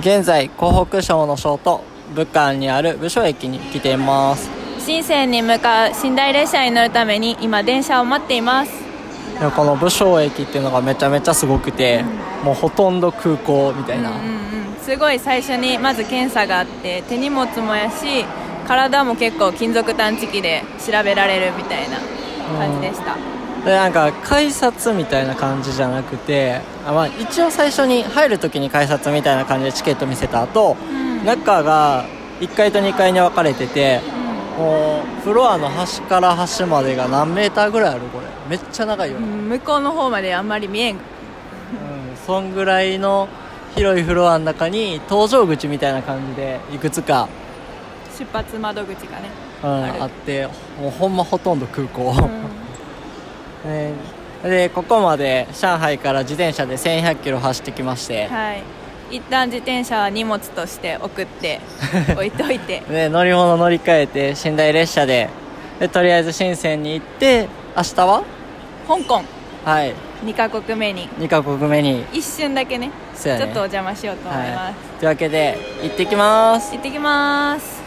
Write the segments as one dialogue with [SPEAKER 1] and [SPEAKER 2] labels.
[SPEAKER 1] 現在湖北省の省都武漢にある武昌駅に来ています
[SPEAKER 2] 深センに向かう寝台列車に乗るために今電車を待っています
[SPEAKER 1] でもこの武昌駅っていうのがめちゃめちゃすごくて、もうほとんど空港みたいな、
[SPEAKER 2] うんうんすごい最初にまず検査があって手荷物もやし体も結構金属探知機で調べられるみたいな感じでした、
[SPEAKER 1] でなんか改札みたいな感じじゃなくてあ、まあ、一応最初に入るときに改札みたいな感じでチケット見せた後、
[SPEAKER 2] ん
[SPEAKER 1] 中が1階と2階に分かれてて、もうフロアの端から端までが何メーターぐらいあるこれめっちゃ長いよ
[SPEAKER 2] う
[SPEAKER 1] ね、
[SPEAKER 2] ん向こうの方まであんまり見えん
[SPEAKER 1] うんそんぐらいの広いフロアの中に搭乗口みたいな感じでいくつか、
[SPEAKER 2] 出発窓口がね、
[SPEAKER 1] うん、
[SPEAKER 2] ある
[SPEAKER 1] あってもうほんまほとんど空港、
[SPEAKER 2] うん
[SPEAKER 1] えーでここまで上海から自転車で1 1 0 0キロ走ってきまして、
[SPEAKER 2] はい一旦自転車は荷物として送って 置いといて
[SPEAKER 1] で乗り物乗り換えて寝台列車ででとりあえず深センに行って明日は
[SPEAKER 2] 香港
[SPEAKER 1] はい
[SPEAKER 2] 2カ国目に
[SPEAKER 1] 2カ国目に
[SPEAKER 2] 一瞬だけね
[SPEAKER 1] そうや
[SPEAKER 2] ち
[SPEAKER 1] ね
[SPEAKER 2] ょっとお邪魔しようと思い
[SPEAKER 1] は
[SPEAKER 2] ま
[SPEAKER 1] い
[SPEAKER 2] す、、
[SPEAKER 1] というわけで行ってきます
[SPEAKER 2] 行ってきます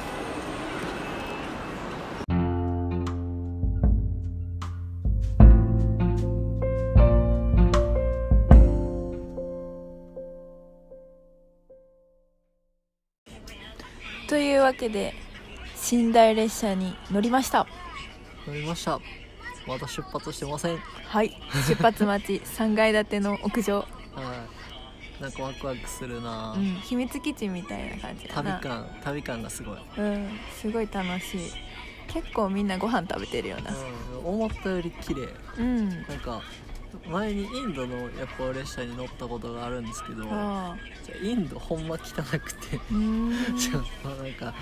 [SPEAKER 2] というわけで寝台列車に乗りました
[SPEAKER 1] 乗りましたまだ出発してません、は
[SPEAKER 2] はい出発待ち3階建ての屋上、
[SPEAKER 1] い、なんかワクワクするな、
[SPEAKER 2] うん、秘密基地みたいな感じだな
[SPEAKER 1] 感旅感がすごい、
[SPEAKER 2] うんすごい楽しい結構みんなご飯食べてるような
[SPEAKER 1] うん、思ったより綺麗
[SPEAKER 2] うん
[SPEAKER 1] なんか前にインドの夜行列車に乗ったことがあるんですけど
[SPEAKER 2] ああ
[SPEAKER 1] じゃあインドほんま汚くて
[SPEAKER 2] うーん
[SPEAKER 1] じゃあなんか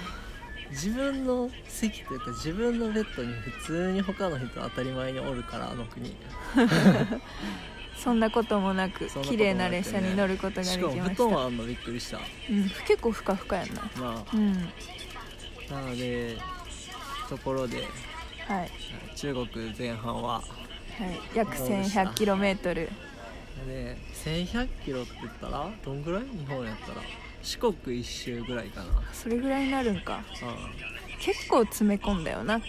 [SPEAKER 1] 自分の席というか自分のベッドに普通に他の人当たり前におるからあの国
[SPEAKER 2] そんなこともなく
[SPEAKER 1] そんなこともなくね
[SPEAKER 2] 綺麗な列車に乗ることがで
[SPEAKER 1] し
[SPEAKER 2] き
[SPEAKER 1] かも
[SPEAKER 2] まし
[SPEAKER 1] 布
[SPEAKER 2] た
[SPEAKER 1] 団はあんのびっくりした
[SPEAKER 2] うん、結構ふかふかやんな
[SPEAKER 1] ま
[SPEAKER 2] うん
[SPEAKER 1] あなのでところで
[SPEAKER 2] はい、
[SPEAKER 1] 中国前半は
[SPEAKER 2] はい、約 1100km
[SPEAKER 1] で1100キロって言ったらどんぐらい日本やったら四国一周ぐらいかな
[SPEAKER 2] それぐらいになるんか
[SPEAKER 1] う
[SPEAKER 2] 結構詰め込んだよなん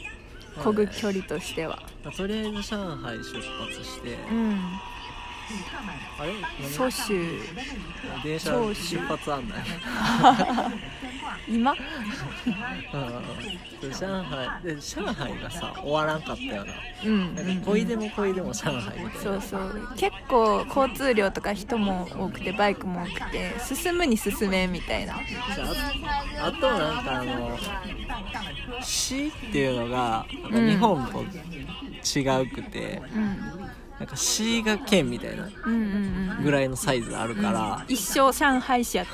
[SPEAKER 2] こぐ距離としては
[SPEAKER 1] まあとりあえず上海出発して、
[SPEAKER 2] うん
[SPEAKER 1] あれ
[SPEAKER 2] 蘇州
[SPEAKER 1] 電車
[SPEAKER 2] 長州
[SPEAKER 1] 出発案内
[SPEAKER 2] 今
[SPEAKER 1] うんで上海で上海がさ終わらんかったよな
[SPEAKER 2] うんうん
[SPEAKER 1] なんか恋でも恋でも上海みたい
[SPEAKER 2] そ
[SPEAKER 1] な
[SPEAKER 2] うそう結構交通量とか人も多くてバイクも多くて進むに進めんみたいな
[SPEAKER 1] じゃああとなんかあの「詩」っていうのがなんか日本と違うくて、
[SPEAKER 2] うん
[SPEAKER 1] なんか「詩」が県みたいな
[SPEAKER 2] うんうんうん
[SPEAKER 1] ぐらいのサイズあるから、
[SPEAKER 2] 一生上海市やった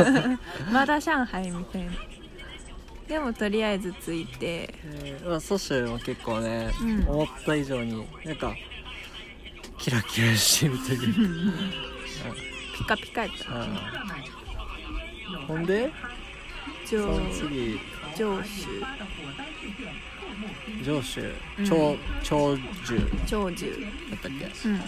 [SPEAKER 2] まだ上海みたいなでもとりあえず着いて
[SPEAKER 1] えーまあ、蘇州も結構ね、
[SPEAKER 2] うん
[SPEAKER 1] 思った以上になんかキラキラしてるという
[SPEAKER 2] ピカピカやった
[SPEAKER 1] か、うんほんで
[SPEAKER 2] 上
[SPEAKER 1] その次
[SPEAKER 2] 上州
[SPEAKER 1] 上州
[SPEAKER 2] うん
[SPEAKER 1] 長長寿
[SPEAKER 2] 長寿
[SPEAKER 1] だったっけ
[SPEAKER 2] うん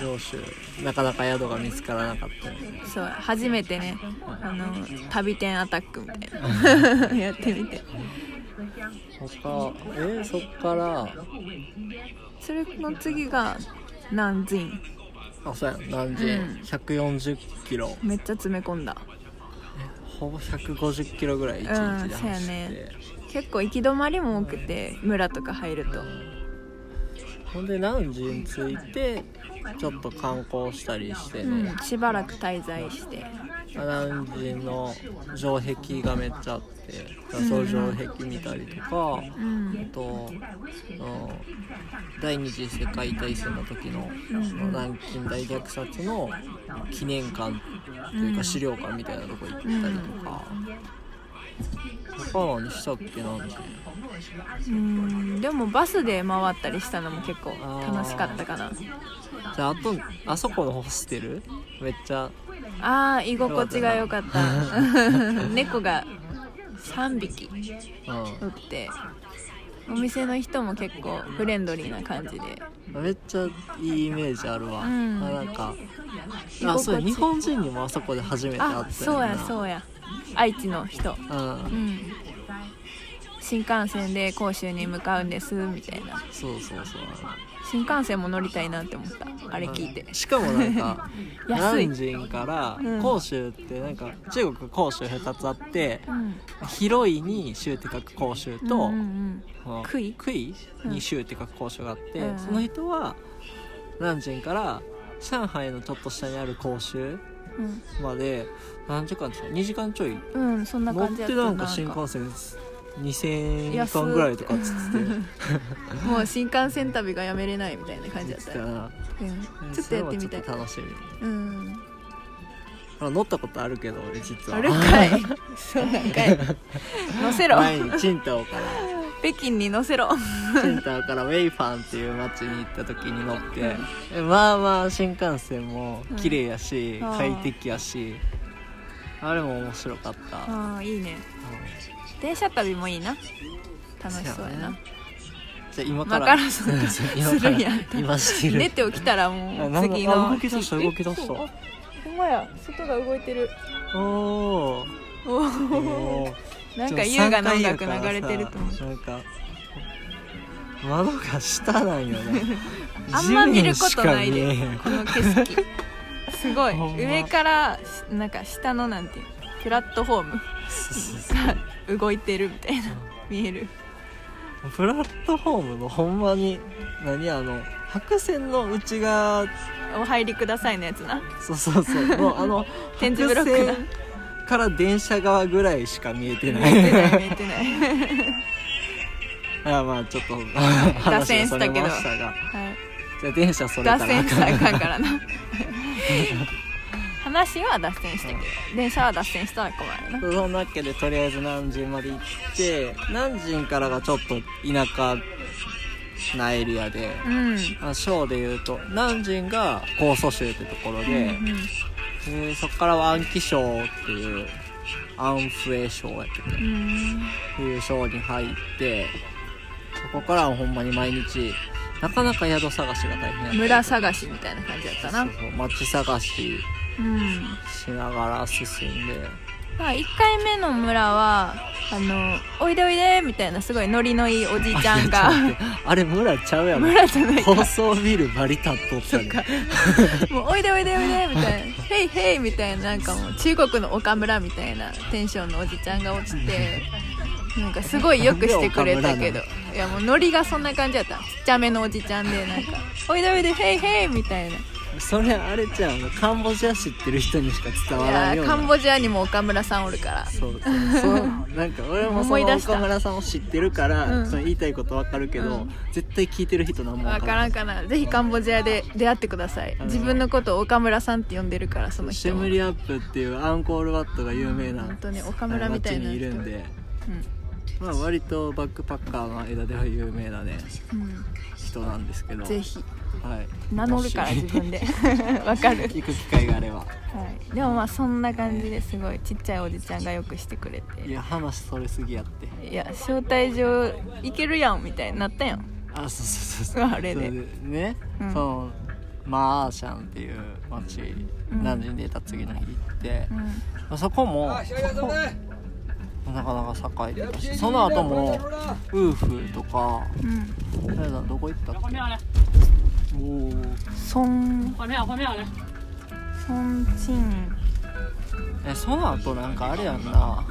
[SPEAKER 1] 上州なかなか宿が見つからなかったよね
[SPEAKER 2] そう初めてねあの旅店アタックみたい なやってみて
[SPEAKER 1] 他えー、そっから
[SPEAKER 2] それの次が南京
[SPEAKER 1] あそうや何時、
[SPEAKER 2] うん
[SPEAKER 1] 140キロ
[SPEAKER 2] めっちゃ詰め込んだ
[SPEAKER 1] ほぼ150キロぐらい一日で
[SPEAKER 2] うんそうや
[SPEAKER 1] 走って、
[SPEAKER 2] ね結構行き止まりも多くて村とか入ると
[SPEAKER 1] ほんで何時に着いてちょっと観光したりして
[SPEAKER 2] う
[SPEAKER 1] ね
[SPEAKER 2] ん、しばらく滞在して
[SPEAKER 1] 何時の城壁がめっちゃあってその城壁見たりとか、
[SPEAKER 2] うん
[SPEAKER 1] と、第二次世界大戦の時のその南京大虐殺の記念館というか資料館みたいなとこ行ったりとか、他何したっけなんて
[SPEAKER 2] うんでもバスで回ったりしたのも結構楽しかったかな
[SPEAKER 1] じゃああとあそこのホステルめっちゃ
[SPEAKER 2] あー居心地が良かった猫が3匹
[SPEAKER 1] うん
[SPEAKER 2] おってお店の人も結構フレンドリーな感じで
[SPEAKER 1] めっちゃいいイメージあるわ、
[SPEAKER 2] うん
[SPEAKER 1] あなんか
[SPEAKER 2] 居心
[SPEAKER 1] あ
[SPEAKER 2] 地
[SPEAKER 1] そうや日本人にもあそこで初めて会ったよ
[SPEAKER 2] あ
[SPEAKER 1] な
[SPEAKER 2] そうやそうや愛知の人
[SPEAKER 1] うん
[SPEAKER 2] うん新幹線で甲州に向かうんですみたいな
[SPEAKER 1] そうそうそう
[SPEAKER 2] 新幹線も乗りたいなって思ったあれ聞いて
[SPEAKER 1] うんしかもなんか
[SPEAKER 2] 安い
[SPEAKER 1] 南京から
[SPEAKER 2] うん
[SPEAKER 1] 広州ってなんか中国広州2つあって
[SPEAKER 2] うん
[SPEAKER 1] 広いに州って書く広州と、
[SPEAKER 2] うんうん
[SPEAKER 1] うん
[SPEAKER 2] 杭
[SPEAKER 1] 杭
[SPEAKER 2] うん
[SPEAKER 1] に州って書く広州があって、
[SPEAKER 2] うん
[SPEAKER 1] その人は南京から上海のちょっと下にある広州
[SPEAKER 2] うん
[SPEAKER 1] まで何時間ですか2時間ちょい
[SPEAKER 2] うん、うん、そんな
[SPEAKER 1] 乗
[SPEAKER 2] 感
[SPEAKER 1] っ
[SPEAKER 2] じや
[SPEAKER 1] てなんか新
[SPEAKER 2] なん
[SPEAKER 1] 幹線2000円間ぐらいとかっつってて
[SPEAKER 2] かもう新幹線旅がやめれないみたいな感
[SPEAKER 1] 言
[SPEAKER 2] じだ
[SPEAKER 1] っ
[SPEAKER 2] ってた
[SPEAKER 1] た
[SPEAKER 2] よ、
[SPEAKER 1] な
[SPEAKER 2] うん、ちょっとやってみたい
[SPEAKER 1] それはちょっと楽しみ
[SPEAKER 2] うん
[SPEAKER 1] あ乗ったことあるけど俺実は
[SPEAKER 2] あるかい そうなんかい乗せろ
[SPEAKER 1] 前にチンタオか
[SPEAKER 2] 北京に乗せろ
[SPEAKER 1] らチンタオからウェイファンっていう街に行った時に乗ってえまあまあ新幹線も綺麗やし、
[SPEAKER 2] うん
[SPEAKER 1] 快適やしあれも面白かった、うん
[SPEAKER 2] ああいいね電車旅もいいな楽しそうや
[SPEAKER 1] そうや
[SPEAKER 2] な
[SPEAKER 1] ねじゃあ今
[SPEAKER 2] 今
[SPEAKER 1] か
[SPEAKER 2] かららそんな
[SPEAKER 1] 今
[SPEAKER 2] す
[SPEAKER 1] か
[SPEAKER 2] るん
[SPEAKER 1] ら
[SPEAKER 2] やった
[SPEAKER 1] 今してる
[SPEAKER 2] 寝て起きたら
[SPEAKER 1] あ
[SPEAKER 2] もう
[SPEAKER 1] なんか
[SPEAKER 2] 次の
[SPEAKER 1] あ動き出した動き出した
[SPEAKER 2] そうあほんまや外が動いてる
[SPEAKER 1] おー
[SPEAKER 2] お
[SPEAKER 1] おー
[SPEAKER 2] ーなんか優雅な音楽流れてると思う
[SPEAKER 1] なんか窓が下なんよね
[SPEAKER 2] あんま見ることない
[SPEAKER 1] 地面
[SPEAKER 2] で
[SPEAKER 1] しか見えへん
[SPEAKER 2] この景色すごい
[SPEAKER 1] ほんま
[SPEAKER 2] 上からしなんか下のなんていうのプラットフォームが動いてるみたいな見える
[SPEAKER 1] プラットフォームのほんまに何あの白線の内側
[SPEAKER 2] お入りくださいのやつな
[SPEAKER 1] そうそうそう もうあの
[SPEAKER 2] 点字ブロ
[SPEAKER 1] 白
[SPEAKER 2] ックな
[SPEAKER 1] 線から電車側ぐらいしか見えてな
[SPEAKER 2] 見 えてな
[SPEAKER 1] い
[SPEAKER 2] い見えてない
[SPEAKER 1] あまあちょっと話
[SPEAKER 2] 線
[SPEAKER 1] が
[SPEAKER 2] し
[SPEAKER 1] そ
[SPEAKER 2] たけ
[SPEAKER 1] れ
[SPEAKER 2] ど
[SPEAKER 1] ましたが
[SPEAKER 2] はい
[SPEAKER 1] じゃあ電車それたら
[SPEAKER 2] 脱
[SPEAKER 1] あ
[SPEAKER 2] 線したらあ
[SPEAKER 1] か
[SPEAKER 2] かんから な話は脱線したけど電車は脱線したら困るなん
[SPEAKER 1] そんなわけでとりあえず南京まで行って南京からがちょっと田舎なエリアで、
[SPEAKER 2] うん
[SPEAKER 1] あ省でいうと南京が江蘇州ってところで、
[SPEAKER 2] うん
[SPEAKER 1] でそこからは安徽省っていう安徽省やって
[SPEAKER 2] う
[SPEAKER 1] ね
[SPEAKER 2] ん
[SPEAKER 1] っていう省に入ってそこからはほんまに毎日なかなか宿探しが大変やった
[SPEAKER 2] 村探しみたいな感じだったな
[SPEAKER 1] そうそう町探し
[SPEAKER 2] うん
[SPEAKER 1] しながら進んで
[SPEAKER 2] まあ、1回目の村はあの「おいでおいで」みたいなすごいノリのいいおじいちゃんが
[SPEAKER 1] あいやちょっと待ってあれ村ちゃうやろ
[SPEAKER 2] 村じゃ ないか
[SPEAKER 1] 高層ビルバリ立っとったり
[SPEAKER 2] 「もうおいでおいでおいで」みたいな「ヘイヘイ」みたいななんかもう中国の岡村みたいなテンションのおじちゃんが落ちてなんかすごいよくしてくれたけど
[SPEAKER 1] なんで岡村ない
[SPEAKER 2] やもうノリがそんな感じだったちっちゃめのおじちゃんでなんか「おいでおいでヘイヘイ」みたいな
[SPEAKER 1] それあれじゃんカンボジア知ってる人にしか伝わらん
[SPEAKER 2] い
[SPEAKER 1] よ
[SPEAKER 2] や
[SPEAKER 1] う
[SPEAKER 2] カ
[SPEAKER 1] な
[SPEAKER 2] ンボジアにも岡村さんおるから
[SPEAKER 1] そうそうそうなんか俺もそ
[SPEAKER 2] 思い
[SPEAKER 1] の
[SPEAKER 2] 出した
[SPEAKER 1] 岡村さんを知ってるから、
[SPEAKER 2] うん
[SPEAKER 1] その言いたいことわかるけど、
[SPEAKER 2] うん
[SPEAKER 1] 絶対聞いてる人何も
[SPEAKER 2] わ
[SPEAKER 1] わ
[SPEAKER 2] からん
[SPEAKER 1] か
[SPEAKER 2] かなぜひカンボジアで出会ってください
[SPEAKER 1] うん
[SPEAKER 2] 自分のことを岡村さんって呼んでるからその
[SPEAKER 1] らん
[SPEAKER 2] 人
[SPEAKER 1] シェ
[SPEAKER 2] も
[SPEAKER 1] ムリアップっていうアンコールワットが有名な
[SPEAKER 2] 本当に岡村みたいな
[SPEAKER 1] あの
[SPEAKER 2] 人
[SPEAKER 1] 街にいるんで、
[SPEAKER 2] うん
[SPEAKER 1] まあ、割とバックパッカーの間では有名なね
[SPEAKER 2] う
[SPEAKER 1] 人なんですけど
[SPEAKER 2] ん、ぜ、ひ
[SPEAKER 1] はい、
[SPEAKER 2] 名乗るから
[SPEAKER 1] もし
[SPEAKER 2] 自分で わかる、
[SPEAKER 1] 行く機会があれば
[SPEAKER 2] はい、でもまあそんな感じですごいちっちゃいおじちゃんがよくしてくれ
[SPEAKER 1] い
[SPEAKER 2] て
[SPEAKER 1] や話それすぎやって
[SPEAKER 2] いや招待状いけるやんみたいになったやん
[SPEAKER 1] あそうそうそう
[SPEAKER 2] あれで
[SPEAKER 1] そうね、
[SPEAKER 2] うん
[SPEAKER 1] そのマーシャンっていう町、
[SPEAKER 2] うん
[SPEAKER 1] 南京出た次の日行って
[SPEAKER 2] う、ん
[SPEAKER 1] まあそこもそこなかなか栄えてたしその後もウーフとか
[SPEAKER 2] うん
[SPEAKER 1] あれだどこ行ったっ
[SPEAKER 3] 换票来，
[SPEAKER 1] けおー
[SPEAKER 2] ソン
[SPEAKER 3] 换票，换票来。
[SPEAKER 2] ソンチン
[SPEAKER 1] えその後なんかあれやんな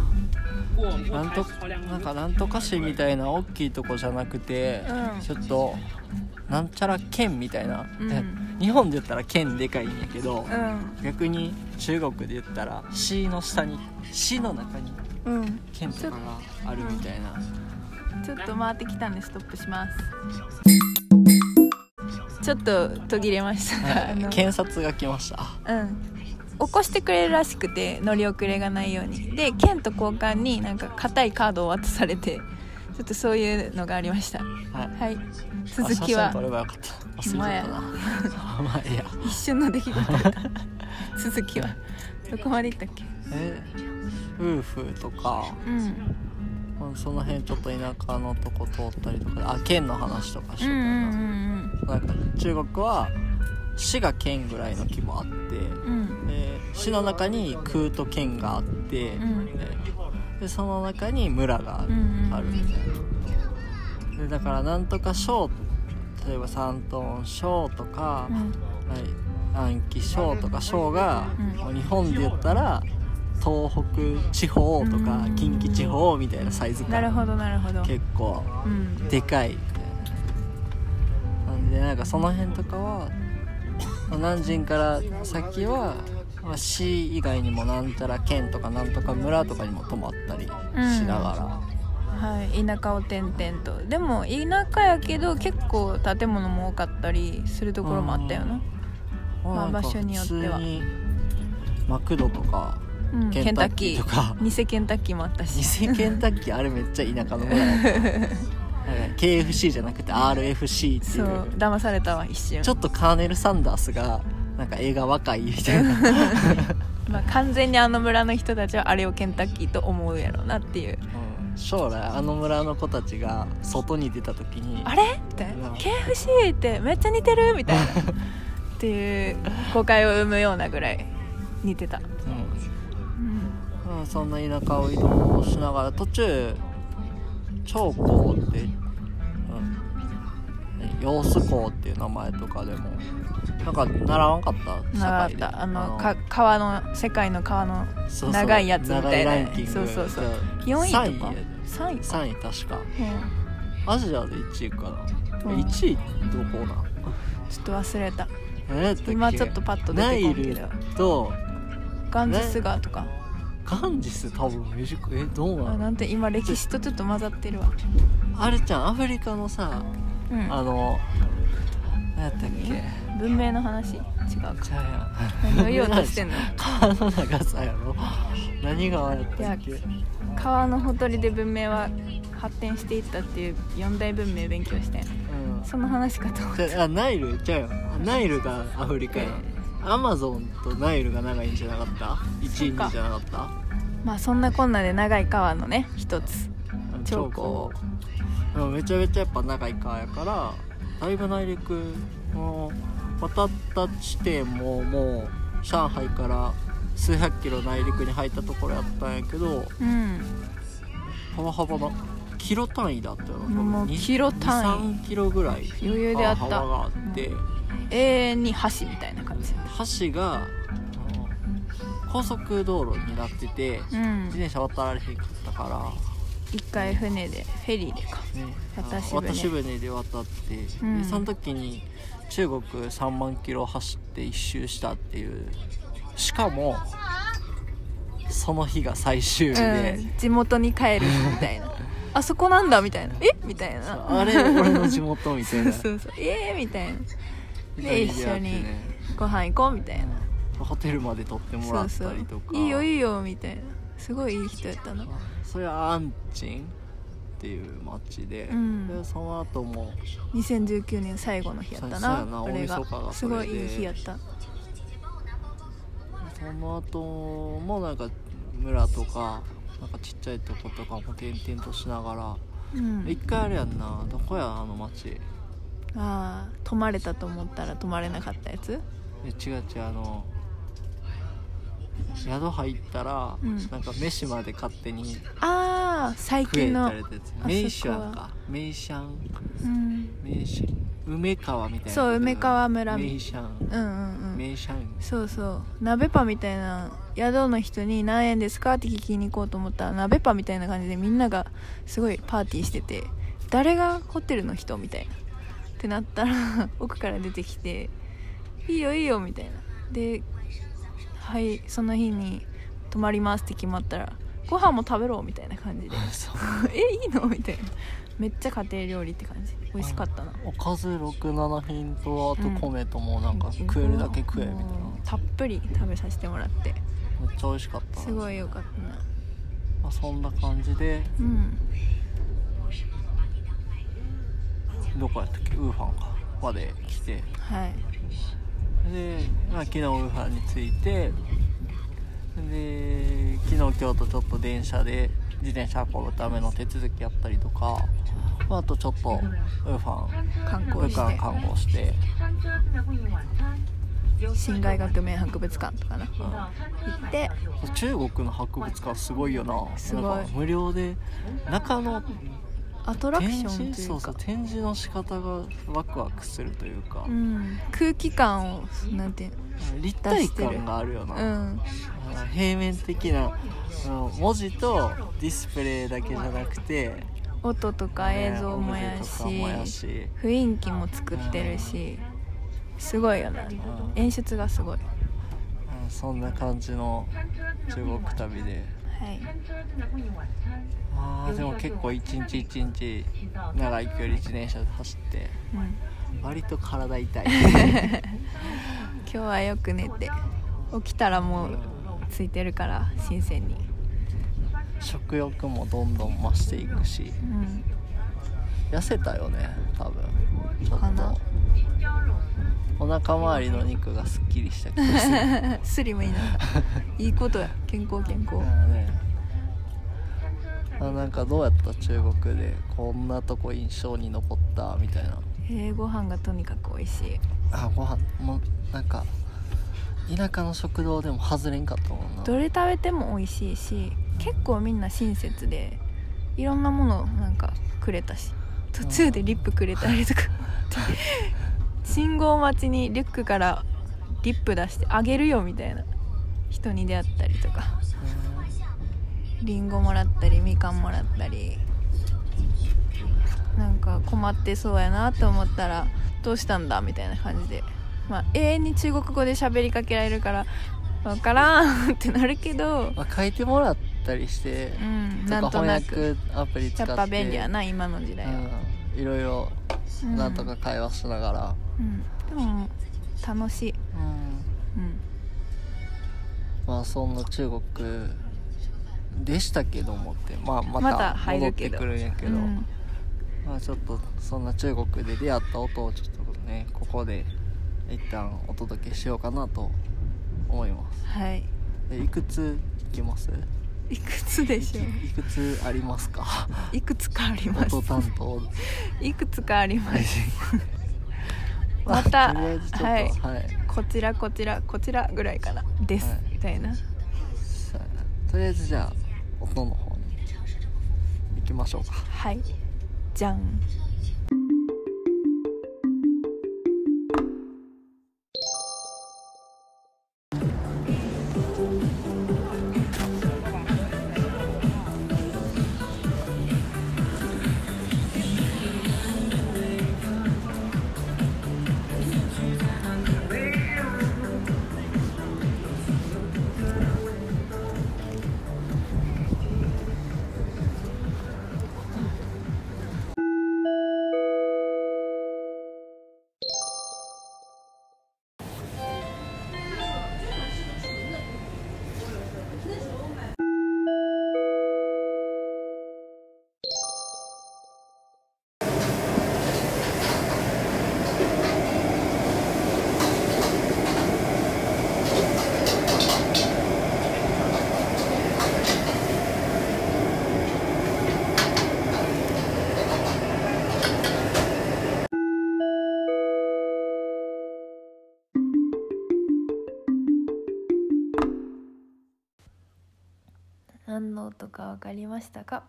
[SPEAKER 3] 过我们
[SPEAKER 1] なん
[SPEAKER 3] 开
[SPEAKER 1] と
[SPEAKER 3] 始考量
[SPEAKER 1] なんかなんとか市みたいな大きいとこじゃなくて、
[SPEAKER 2] うん
[SPEAKER 1] ちょっとなんちゃら県みたいな、
[SPEAKER 2] うん
[SPEAKER 1] で日本で言ったら県でかいんやけど、
[SPEAKER 2] うん
[SPEAKER 1] 逆に中国で言ったら市の下に市の中に
[SPEAKER 2] うん
[SPEAKER 1] 県とかがあるみたいな、
[SPEAKER 2] ちょっと回ってきたんでストップしますちょっと途切れましたが
[SPEAKER 1] は
[SPEAKER 2] あ
[SPEAKER 1] い
[SPEAKER 2] の
[SPEAKER 1] 検察が来ました
[SPEAKER 2] うん起こしてくれるらしくて乗り遅れがないようにで券と交換になんか硬いカードを渡されてちょっとそういうのがありましたは
[SPEAKER 1] はい
[SPEAKER 2] い続
[SPEAKER 1] あ
[SPEAKER 2] き
[SPEAKER 1] 写真
[SPEAKER 2] は
[SPEAKER 1] 撮ればよかった忘れちゃったな まあいいや
[SPEAKER 2] 一瞬の出 来事だった続きはどこまで行ったっけ
[SPEAKER 1] え夫婦とか
[SPEAKER 2] うん
[SPEAKER 1] まあその辺ちょっと田舎のとこ通ったりとかであ県の話とかして
[SPEAKER 2] う
[SPEAKER 1] た
[SPEAKER 2] んう
[SPEAKER 1] よな,、
[SPEAKER 2] ん
[SPEAKER 1] なんか中国は市が県ぐらいの規模あって
[SPEAKER 2] うんうん
[SPEAKER 1] で市の中に空と県があって、
[SPEAKER 2] ん
[SPEAKER 1] でその中に村がある,、
[SPEAKER 2] うん
[SPEAKER 1] あるみたいなでだからなんとか省例えば山東省とか、
[SPEAKER 2] うん
[SPEAKER 1] はい、暗記省とか省が、
[SPEAKER 2] う
[SPEAKER 1] 日本で言ったら東北地方とか
[SPEAKER 2] うん
[SPEAKER 1] 近畿地方みたいなサイズ
[SPEAKER 2] なる
[SPEAKER 1] 感
[SPEAKER 2] ほどなるほど
[SPEAKER 1] 結構
[SPEAKER 2] うん
[SPEAKER 1] でかいみたいななんでなんかその辺とかはまあ南京から先は、まあ、市以外にもなんたら県とかなんとか村とかにも泊まったりしなが
[SPEAKER 2] はい田舎を転々とでも田舎やけど結構建物も多かったりするところもあったよな
[SPEAKER 1] ら、ま
[SPEAKER 2] まあ
[SPEAKER 1] なんか
[SPEAKER 2] 場所によっては
[SPEAKER 1] 普通にマクドとか
[SPEAKER 2] うん
[SPEAKER 1] ケンタッキーとか
[SPEAKER 2] 偽ケンタッキーもあったし
[SPEAKER 1] 偽ケンタッキーあれめっちゃ田舎の村やったなんか KFC じゃなくて RFC ってい
[SPEAKER 2] そうう騙されたわ一瞬
[SPEAKER 1] ちょっとカーネル・サンダースがなんか映画若いみたいな
[SPEAKER 2] まあ、完全にあの村の人たちはあれをケンタッキーと思うやろうなっていう
[SPEAKER 1] うん将来あの村の子たちが外に出た時に
[SPEAKER 2] あれみたいな KFC ってめっちゃ似てるみたいなっていう誤解を生むようなぐらい似てた、うん、
[SPEAKER 1] うん、そんな田舎を移動しながら途中長江って、うん、揚子江っていう名前とかでもなんか習わんかった
[SPEAKER 2] 習
[SPEAKER 1] 社
[SPEAKER 2] っ
[SPEAKER 1] 会で
[SPEAKER 2] たあのか川の世界の川の
[SPEAKER 1] そうそう
[SPEAKER 2] 長いやつみたいな
[SPEAKER 1] 長いランキング
[SPEAKER 2] そうそうそう
[SPEAKER 1] で
[SPEAKER 2] 4位とか
[SPEAKER 1] 三や
[SPEAKER 2] 3位か
[SPEAKER 1] 3位確か
[SPEAKER 2] うん
[SPEAKER 1] アジアで1位かな、
[SPEAKER 2] うん
[SPEAKER 1] 1位どこなん
[SPEAKER 2] ちょっと忘れた
[SPEAKER 1] 何やったっけ
[SPEAKER 2] 今ちょっとパッと出
[SPEAKER 1] ナ
[SPEAKER 2] てこ
[SPEAKER 1] イ
[SPEAKER 2] んけ
[SPEAKER 1] ル
[SPEAKER 2] ど
[SPEAKER 1] と
[SPEAKER 2] ガンジス川とか
[SPEAKER 1] ガンジス多分メジコえどうな
[SPEAKER 2] あ
[SPEAKER 1] の
[SPEAKER 2] なんて今歴史とちょっと混ざってるわ、
[SPEAKER 1] あれちゃんアフリカのさ
[SPEAKER 2] うん、
[SPEAKER 1] あの何やったっけ
[SPEAKER 2] 文明の話違うか
[SPEAKER 1] じゃあ
[SPEAKER 2] 何を言おうとしてんの
[SPEAKER 1] 川の長さやろ何川やったっけ
[SPEAKER 2] いや川のほとりで文明は発展していったっていう四大文明勉強してん
[SPEAKER 1] うん
[SPEAKER 2] その話かと思っ
[SPEAKER 1] じゃああナイルちゃうよナイルがアフリカやんアマゾンとナイルが長いんじゃなかった1位
[SPEAKER 2] そっか
[SPEAKER 1] 2位じゃなかった
[SPEAKER 2] まあそんなこんなで長い川のね一つ長
[SPEAKER 1] 超
[SPEAKER 2] 江
[SPEAKER 1] でもめちゃめちゃやっぱ長い川やからだいぶ内陸の渡った地点ももう上海から数百キロ内陸に入ったところやったんやけど
[SPEAKER 2] うん
[SPEAKER 1] 幅幅なキロ単位だったよな多分
[SPEAKER 2] もう
[SPEAKER 1] に
[SPEAKER 2] キロ単位
[SPEAKER 1] 2 3キロぐらい
[SPEAKER 2] 余裕であった
[SPEAKER 1] 川幅があって
[SPEAKER 2] 永遠に橋みたいな感じ
[SPEAKER 1] 橋があの高速道路になってて
[SPEAKER 2] うん
[SPEAKER 1] 自転車渡られへんかったから。
[SPEAKER 2] 一回船でフェリーでか
[SPEAKER 1] ね、
[SPEAKER 2] 渡し
[SPEAKER 1] あの
[SPEAKER 2] 船
[SPEAKER 1] 渡し船で渡って、
[SPEAKER 2] うん
[SPEAKER 1] でその時に中国3万キロ走って一周したっていうしかもその日が最終日で、
[SPEAKER 2] うん、地元に帰るみた いなあそこなんだみたいなえみたい
[SPEAKER 1] そう
[SPEAKER 2] な
[SPEAKER 1] あれ俺の地元みたいな
[SPEAKER 2] そうそうええみたいな
[SPEAKER 1] みた
[SPEAKER 2] で
[SPEAKER 1] いに出
[SPEAKER 2] 一緒
[SPEAKER 1] 会って
[SPEAKER 2] に
[SPEAKER 1] ね
[SPEAKER 2] ご飯行こうみたいな
[SPEAKER 1] ホテルまで取ってもらったりとか
[SPEAKER 2] いいよ
[SPEAKER 1] い
[SPEAKER 2] いいよみたいなすごいいい人やったな
[SPEAKER 1] それはアンチンっていう町で,、
[SPEAKER 2] うん
[SPEAKER 1] でその後も
[SPEAKER 2] 2019年最後の日やった
[SPEAKER 1] そうや
[SPEAKER 2] な
[SPEAKER 1] な
[SPEAKER 2] 俺
[SPEAKER 1] 大
[SPEAKER 2] が
[SPEAKER 1] 晦日が
[SPEAKER 2] す
[SPEAKER 1] それ
[SPEAKER 2] ご
[SPEAKER 1] で
[SPEAKER 2] いいい日やった
[SPEAKER 1] その後もなんか村とかなんかちっちゃいとことかも転々としながら
[SPEAKER 2] うん
[SPEAKER 1] 一回あれやんなどこやあの町え
[SPEAKER 2] ああ泊まれたと思ったら泊まれなかったやつ
[SPEAKER 1] 違う違うあの宿入ったら、
[SPEAKER 2] うん
[SPEAKER 1] なんか飯まで勝手に
[SPEAKER 2] ああ最
[SPEAKER 1] 食え
[SPEAKER 2] 近
[SPEAKER 1] た
[SPEAKER 2] の
[SPEAKER 1] られたやつ
[SPEAKER 2] あ
[SPEAKER 1] メイシャン
[SPEAKER 2] そこ
[SPEAKER 1] かメイシャン
[SPEAKER 2] うん
[SPEAKER 1] メイシャン梅川みたいな
[SPEAKER 2] そう梅川村
[SPEAKER 1] メイシャン
[SPEAKER 2] うんうんうん
[SPEAKER 1] メイシャン
[SPEAKER 2] そうそう鍋パみたいな宿の人に「何円ですか?」って聞きに行こうと思ったら鍋パみたいな感じでみんながすごいパーティーしてて誰がホテルの人みたいなってなったら奥から出てきて「いいよいいよ」みたいなで「はいその日に泊まります」って決まったら「ご飯も食べろ」みたいな 感じで
[SPEAKER 1] そう
[SPEAKER 2] 「 えいいの?」みたいなめっちゃ家庭料理って感じ美味しかったな
[SPEAKER 1] おかず67品とあと
[SPEAKER 2] うん
[SPEAKER 1] 米ともうなんか食えるだけ食えみたいな、
[SPEAKER 2] うんたっぷり食べさせてもらって
[SPEAKER 1] めっちゃ美味しかった
[SPEAKER 2] すごい良かったな
[SPEAKER 1] まあ、そんな感じで
[SPEAKER 2] うん
[SPEAKER 1] どこやったっけウーファンかまで来て
[SPEAKER 2] はい
[SPEAKER 1] で、まあ、昨日ウーファンに着いてで昨日今日とちょっと電車で自転車運ぶための手続きやったりとか、まあ、あとちょっとウーファン
[SPEAKER 2] 観
[SPEAKER 1] 部
[SPEAKER 2] 光
[SPEAKER 1] 下
[SPEAKER 2] して
[SPEAKER 1] 看護して
[SPEAKER 2] 新外学名博物館とかな行って
[SPEAKER 1] 中国の博物館すごいよな
[SPEAKER 2] すごい
[SPEAKER 1] なんか無料で中の
[SPEAKER 2] アトラクシ
[SPEAKER 1] 展
[SPEAKER 2] ョンと
[SPEAKER 1] 示
[SPEAKER 2] い
[SPEAKER 1] そう
[SPEAKER 2] う
[SPEAKER 1] そう
[SPEAKER 2] か
[SPEAKER 1] 展示の仕方がワクワクするというか、
[SPEAKER 2] うん空気感をなんていう
[SPEAKER 1] 立体感があるよな、
[SPEAKER 2] うん
[SPEAKER 1] あの平面的なあの文字とディスプレイだけじゃなくて
[SPEAKER 2] 音とか映像も
[SPEAKER 1] ねオブ
[SPEAKER 2] やし
[SPEAKER 1] ジェとかもやし
[SPEAKER 2] 雰囲気も作ってるしすごいよな演出がすごい
[SPEAKER 1] うんそんな感じの中国旅で
[SPEAKER 2] はい
[SPEAKER 1] あーでも結構一日一日奈良行くより自転車で走って
[SPEAKER 2] うん
[SPEAKER 1] 割と体痛い
[SPEAKER 2] 今日はよく寝て起きたらもうついてるから新鮮に
[SPEAKER 1] 食欲もどんどん増していくし
[SPEAKER 2] うん
[SPEAKER 1] 痩せたよね多分ちょっ
[SPEAKER 2] かな
[SPEAKER 1] とお腹周りの肉がすっきりした気 がする
[SPEAKER 2] スリムになったいいことや健康健康
[SPEAKER 1] あねあなんかどうやった中国でこんなとこ印象に残ったみたいな
[SPEAKER 2] へえご飯がとにかく美味しい
[SPEAKER 1] あご飯もなんか田舎の食堂でも外れんかったもんな
[SPEAKER 2] どれ食べても美味しいし結構みんな親切でいろんなものなんかくれたし途中でリップくれたりとか 信号待ちにリュックからリップ出してあげるよみたいな人に出会ったりとかりんごもらったりみかんもらったりなんか困ってそうやなと思ったら「どうしたんだ?」みたいな感じで、まあ、永遠に中国語で喋りかけられるから「わからん」ってなるけど
[SPEAKER 1] まあ、書いてもらったりして
[SPEAKER 2] う、ん
[SPEAKER 1] と
[SPEAKER 2] なん
[SPEAKER 1] か
[SPEAKER 2] と
[SPEAKER 1] 翻
[SPEAKER 2] なく
[SPEAKER 1] 訳アプリ使
[SPEAKER 2] や
[SPEAKER 1] って
[SPEAKER 2] っぱ便利やな今の時代は、
[SPEAKER 1] うん、いろいろ
[SPEAKER 2] うん
[SPEAKER 1] なんとか会話しながら、
[SPEAKER 2] うん、でも楽しい、
[SPEAKER 1] うん
[SPEAKER 2] うん、
[SPEAKER 1] まあそんな中国でしたけどもって、まあ、ま
[SPEAKER 2] また
[SPEAKER 1] た
[SPEAKER 2] 入
[SPEAKER 1] 戻っ
[SPEAKER 2] るけ
[SPEAKER 1] て
[SPEAKER 2] ど
[SPEAKER 1] くるんやけど、
[SPEAKER 2] うん
[SPEAKER 1] まあ、ちょっとそんな中国で出会った音をちょっとねここで一旦お届けしようかなと思います
[SPEAKER 2] はい
[SPEAKER 1] でいくついきます
[SPEAKER 2] いくつでしょう
[SPEAKER 1] いくつありますか
[SPEAKER 2] いくつかあります
[SPEAKER 1] 音担当
[SPEAKER 2] いくつかあります
[SPEAKER 1] あ
[SPEAKER 2] また
[SPEAKER 1] とりあえずちょっと
[SPEAKER 2] は
[SPEAKER 1] はいい、
[SPEAKER 2] こちらこちらこちらぐらいかなです、
[SPEAKER 1] はい
[SPEAKER 2] みたいな
[SPEAKER 1] さあとりあえずじゃあ音の方に行きましょうか
[SPEAKER 2] はいじゃん何の音か分かりましたか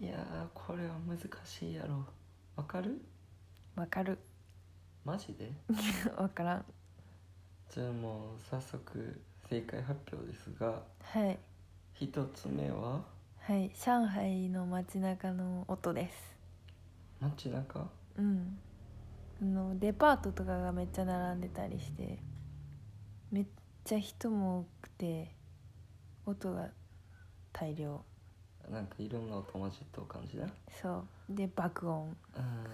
[SPEAKER 1] いやこれは難しいやろわかる
[SPEAKER 2] 分かる
[SPEAKER 1] マジ で
[SPEAKER 2] 分からん
[SPEAKER 4] じゃあもう早速正解発表ですが
[SPEAKER 5] はい、
[SPEAKER 4] 一つ目は
[SPEAKER 5] はい、上海の街中の音です。
[SPEAKER 4] 街中
[SPEAKER 5] うん。あのデパートとかがめっちゃ並んでたりして、めっちゃ人も多くて、音が大量。
[SPEAKER 4] なんかいろんな音混じっとう感じだ
[SPEAKER 5] そう。で爆音。
[SPEAKER 4] うん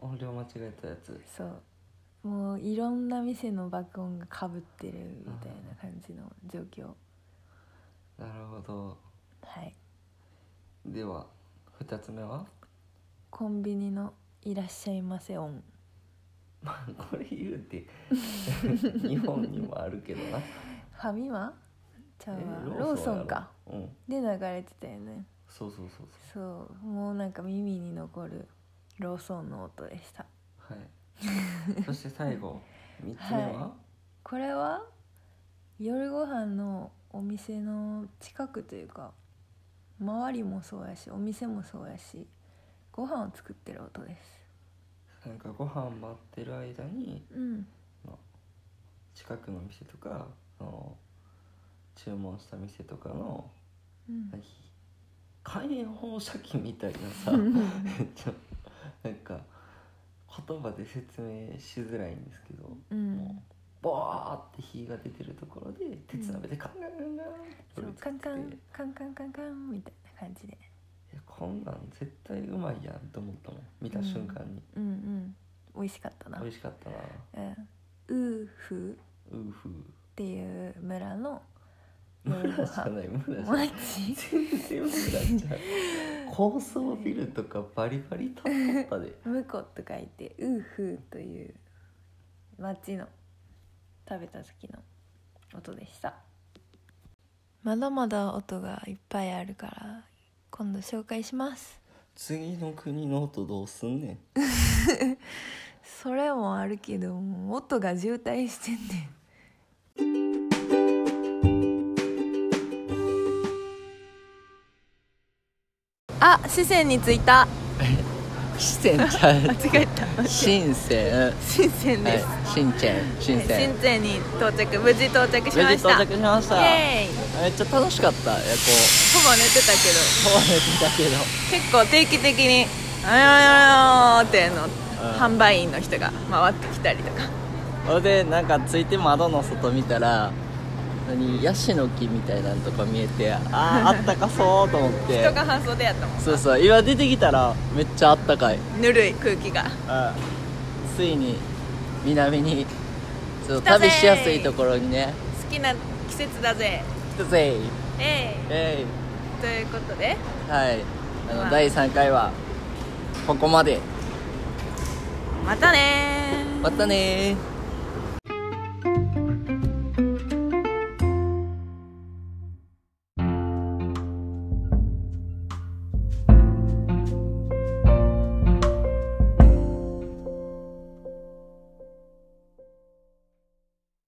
[SPEAKER 4] 音量間違えたやつ
[SPEAKER 5] そう。もういろんな店の爆音がかぶってるみたいな感じの状況。
[SPEAKER 4] なるほど
[SPEAKER 5] はい。
[SPEAKER 4] では二つ目は
[SPEAKER 5] コンビニのいらっしゃいませ音。
[SPEAKER 4] これ言うて 日本にもあるけどな
[SPEAKER 5] ファミマ？ちゃうわ
[SPEAKER 4] え
[SPEAKER 5] ローソンか。
[SPEAKER 4] やろうん
[SPEAKER 5] で流れてたよね
[SPEAKER 4] そうそうそう
[SPEAKER 5] そうもうなんか耳に残るローソンの音でした
[SPEAKER 4] そうはいそして最後3つ目は、
[SPEAKER 5] はこれは夜ご飯のお店の近くというか周りもそうやしお店もそうやしご飯を作ってる音です
[SPEAKER 4] なんかご飯待ってる間に
[SPEAKER 5] うん
[SPEAKER 4] 近くの店とかその注文した店とかの
[SPEAKER 5] うん
[SPEAKER 4] なんか火炎放射器みたいなさ ちょなんか言葉で説明しづらいんですけど、
[SPEAKER 5] うん
[SPEAKER 4] もうボーって火が出てるところで鉄鍋でカンカンカンカンって
[SPEAKER 5] そ
[SPEAKER 4] これ
[SPEAKER 5] う
[SPEAKER 4] 作って
[SPEAKER 5] カンカンカンカンカンカンみたいな感じで
[SPEAKER 4] いやこんなん絶対うまいやんと思ったもん見た瞬間に、
[SPEAKER 5] うんうん美味しかったな
[SPEAKER 4] 美味しかったな
[SPEAKER 5] うん、ウーフ
[SPEAKER 4] ウーフ
[SPEAKER 5] っていう村の
[SPEAKER 4] ー
[SPEAKER 5] 夜 ご
[SPEAKER 4] 村じゃ
[SPEAKER 5] 飯
[SPEAKER 4] ない村じゃない
[SPEAKER 5] マジ
[SPEAKER 4] 全然村じゃない高層ビルとかバリバリ建っとったで
[SPEAKER 5] ムコと書いてウーフーという町の食べた時の音でしたまだまだ音がいっぱいあるから今度紹介します
[SPEAKER 4] 次の国の音どうすんねん
[SPEAKER 5] それもあるけどもう音が渋滞してんねん
[SPEAKER 2] あ四川に着いた
[SPEAKER 1] 四川ちゃう
[SPEAKER 2] 間違えた
[SPEAKER 1] 深セ
[SPEAKER 2] 新鮮
[SPEAKER 1] ン
[SPEAKER 2] です、
[SPEAKER 1] 深チェン深セン
[SPEAKER 2] 新鮮に到着無事到着し
[SPEAKER 1] 無
[SPEAKER 2] ま
[SPEAKER 1] 事
[SPEAKER 2] した
[SPEAKER 1] 到着しました
[SPEAKER 2] イ
[SPEAKER 1] め
[SPEAKER 2] エーイ
[SPEAKER 1] っちゃ楽しかったやこ
[SPEAKER 2] ほぼ寝てたけど
[SPEAKER 1] う壊れてたけど
[SPEAKER 2] 結構定期的に「あよよよ」っての
[SPEAKER 1] うん
[SPEAKER 2] 販売員の人が回ってきたりとか
[SPEAKER 1] それでなんかついて窓の外見たら何ヤシの木みたいなのとか見えてあああったかそうと思 って
[SPEAKER 2] 人が半袖やったもん
[SPEAKER 1] そうそう今出てきたらめっちゃあったかい
[SPEAKER 2] ぬるい空気が
[SPEAKER 1] あついに南にそう
[SPEAKER 2] 来たぜ
[SPEAKER 1] 旅しやすいところにね
[SPEAKER 2] 好きな季節だぜ
[SPEAKER 1] 来たぜ
[SPEAKER 2] ええ
[SPEAKER 1] え
[SPEAKER 2] ということで
[SPEAKER 1] いはいあの、
[SPEAKER 2] まあ
[SPEAKER 1] 第3回はここまで
[SPEAKER 2] またねー
[SPEAKER 1] またねー